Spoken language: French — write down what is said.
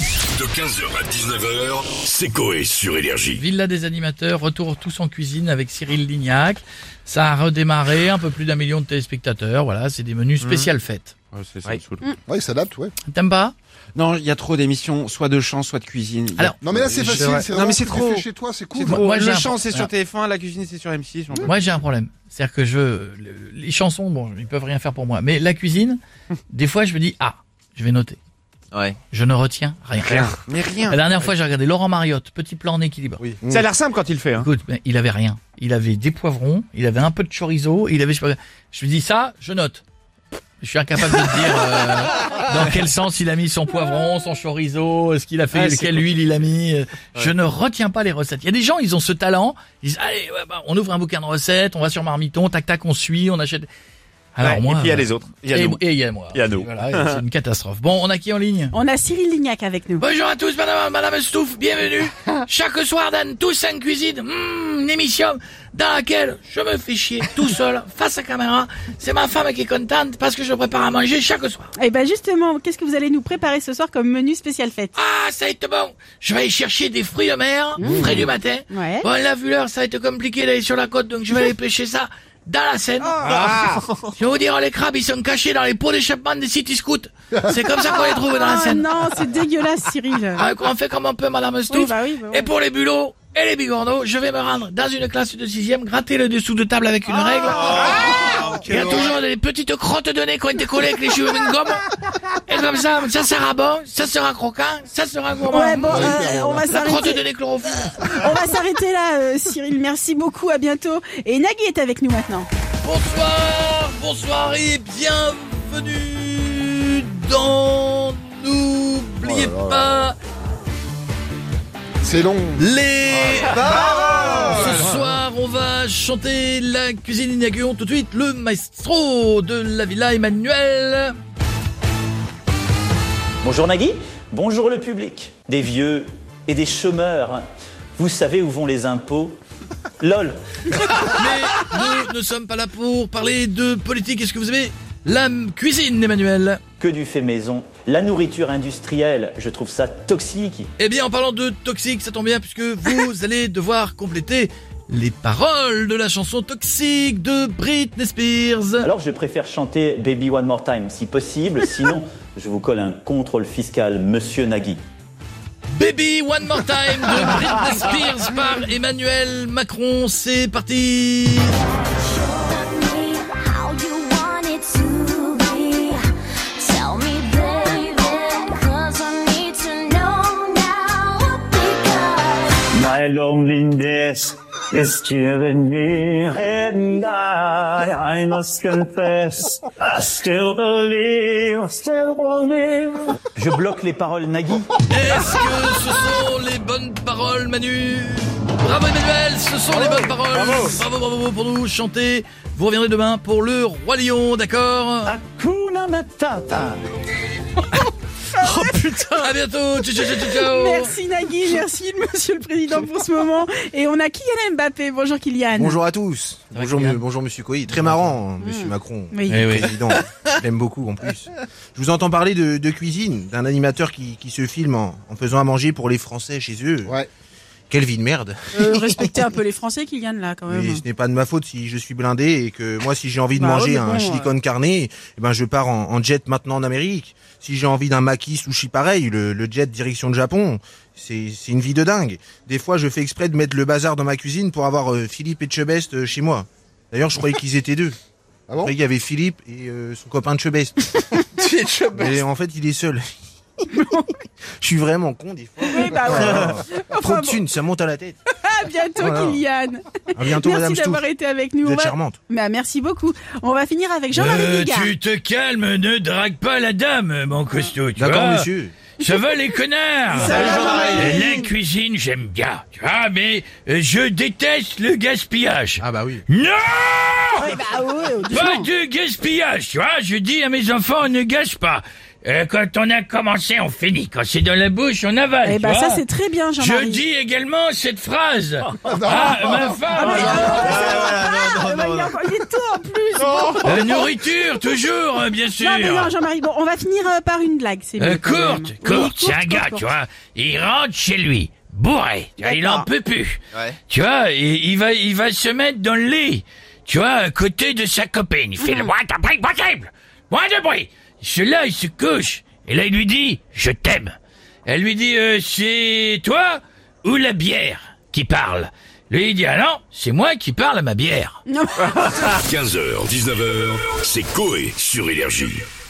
De 15h à 19h, c'est Coé sur Énergie. Villa des animateurs, retour tous en cuisine avec Cyril Lignac. Ça a redémarré, un peu plus d'un million de téléspectateurs. Voilà, c'est des menus spécial fêtes. c'est Ouais. Ouais, il s'adapte, ouais. T'aimes pas Non, il y a trop d'émissions, soit de chant, soit de cuisine. Il y a- Alors, Non, mais là, c'est facile. vrai. C'est Euh, Non, vraiment mais c'est tu trop. fais chez toi, c'est cool. c'est trop. moi, j'ai le un- chant, c'est sur Alors- TF1, la cuisine, c'est sur M6. j'en peux Moi, j'ai un problème. C'est-à-dire que je, le- les chansons, bon, ils peuvent rien faire pour moi. Mais la cuisine, des fois, je me dis, ah, je vais noter. Ouais. Je ne retiens rien. Rien. Mais rien. La dernière fois, j'ai regardé Laurent Mariotte, petit plan en équilibre. Oui. Ça a l'air simple quand il le fait. Hein. Écoute, mais il avait rien. Il avait des poivrons, il avait un peu de chorizo, il avait. Je, sais pas- je me dis ça, je note. Je suis incapable de te dire euh, dans quel sens il a mis son poivron, son chorizo, ce qu'il a fait, Ah, c'est quelle huile il a mis. euh, Je ne retiens pas les recettes. Il y a des gens, ils ont ce talent. Ils disent allez, ouais, bah, on ouvre un bouquin de recettes, on va sur Marmiton, tac tac, on suit, on achète. Alors Ouais, moi, et puis il y a euh, les autres. Il y a et- nous. et il y a moi. Il y a nous. Voilà, et c'est une catastrophe. Bon, on a qui en ligne On a Cyril Lignac avec nous. Bonjour à tous, madame, madame Stouff, bienvenue. Chaque soir dans Toussaint Cuisine, hmm, une émission dans laquelle je me fais chier tout seul, face à caméra. C'est ma femme qui est contente parce que je prépare à manger chaque soir. Et ben justement, qu'est-ce que vous allez nous préparer ce soir comme menu spécial fête Ah, ça va être bon. Je vais aller chercher des fruits de mer, frais du matin. Mmh. Ouais. Bon, là, vu l'heure, ça va être compliqué d'aller sur la côte, donc je vais aller pêcher ça dans la Oh. Seine. Ah. Je vais vous dire, les crabes, ils sont cachés dans les pots d'échappement des city scouts. C'est comme ça qu'on les trouve Ah, dans la Oh Seine. non, c'est dégueulasse Cyril. Ah, on fait comme on peut, Madame Stouff. Oui, bah oui, bah oui. Et pour les bulots et les bigorneaux, je vais me rendre dans une classe de sixième, gratter le dessous de table avec une règle. Il y a toujours des petites crottes de nez qui ont été collées avec les cheveux d'une gomme. Et comme ça, ça sera bon, ça sera croquant, ça sera gourmand. Ouais, bon, Ouais, euh, hyper on va La crotte de s'arrêter. nez chlorophylle. On va s'arrêter là, euh, Cyril. Merci beaucoup. À bientôt. Et Nagui est avec nous maintenant. Bonsoir, bonsoir et bienvenue dans N'oubliez Oh là là. pas C'est long. les... Ce soir, on va chanter la cuisine inaugurante tout de suite. Le maestro de la villa, Emmanuel. Bonjour Nagui, bonjour le public, des vieux et des chômeurs. Vous savez où vont les impôts LOL Mais nous ne sommes pas là pour parler de politique. Est-ce que vous avez la m- cuisine, Emmanuel Que du fait maison, la nourriture industrielle, je trouve ça toxique. Eh bien, en parlant de toxique, ça tombe bien puisque vous allez devoir compléter les paroles de la chanson toxique de Britney Spears. Alors je préfère chanter Baby One More Time si possible, sinon je vous colle un contrôle fiscal, monsieur Nagui. Baby One More Time de Britney Spears par Emmanuel Macron. C'est parti. How you want it to be? Tell me, baby, 'cause I need to know now. Because My loneliness is killing me, and I, I must confess, I still believe, still believe. Je bloque les paroles Nagui. Est-ce que ce sont les bonnes paroles, Manu Bravo Emmanuel, ce sont les bonnes paroles. Bravo. bravo, bravo pour nous chanter. Vous reviendrez demain pour le Roi Lion, d'accord Hakuna Matata. Oh putain À bientôt, ciao, ciao, ciao, ciao. Merci Nagui. Merci Monsieur le Président pour ce moment. Et on a Kylian Mbappé. Bonjour Kylian. Bonjour à tous. va, Bonjour, Kylian mu- bonjour Monsieur Coy. Très marrant, Monsieur Macron. Oui. Eh oui. Président. Je l'aime beaucoup en plus. Je vous entends parler de, de cuisine, d'un animateur qui, qui se filme en, en faisant à manger pour les Français chez eux. Ouais. Quelle vie de merde. Euh, respectez un peu les Français, Kylian, là, quand même. Mais ce n'est pas de ma faute si je suis blindé et que moi, si j'ai envie de Bah oui, manger mais bon, un chili euh. con carne, eh ben je pars en, en jet maintenant en Amérique. Si j'ai envie d'un maki sushi pareil, le, le jet direction le Japon, c'est c'est une vie de dingue. Des fois, je fais exprès de mettre le bazar dans ma cuisine pour avoir euh, Philippe et Chebest euh, chez moi. D'ailleurs, je croyais qu'ils étaient deux. Ah bon Je croyais qu'il y avait Philippe et euh, son copain de Chebest. Mais en fait, il est seul. je suis vraiment con des fois. Oui, bah ouais. Trop Enfin, de thunes, ça monte à la tête. À bientôt, Voilà. Kylian. À Merci bientôt, Madame Stouff. d'avoir été avec nous. Vous On êtes va- charmante. Bah, merci beaucoup. On va finir avec Jean-Marie Euh, Bigard. tu te calmes, ne drague pas la dame, mon costaud. tu D'accord, vois. monsieur. Ça va les connards Salut, Jean-Marie. La cuisine, j'aime bien, tu vois, mais euh, je déteste le gaspillage. Ah bah oui. Non Ah, Ah, eh Ouais, bah, ouais, Pas doucement. de gaspillage, tu vois, je dis à mes enfants, ne gâche pas. euh, quand on a commencé, on finit. Quand c'est dans la bouche, on avale. Eh tu ben vois. ça c'est très bien Je Jean-Marie. dis également cette phrase. ah, ma femme. Ah, bah, il y a encore- il est tôt en plus. La nourriture, toujours, euh, bien sûr. Non, mais non, Jean-Marie, bon, on va finir euh, par une blague, c'est Euh, mieux, quand même. courte, Oui, courte, c'est un gars, courte, tu vois. Il rentre chez lui, bourré. Tu vois, Il en peut plus. Tu vois, il, il va, il va se mettre dans le lit. Tu vois, à côté de sa copine. Il fait Mhm. le moins de bruit possible. Moins de bruit. Celui-là, il se couche. Et là, il lui dit, je t'aime. Elle lui dit, euh, c'est toi ou la bière qui parle? Lui, il dit, ah non, c'est moi qui parle à ma bière. Non. 15h, 19h, c'est Coé sur Énergie.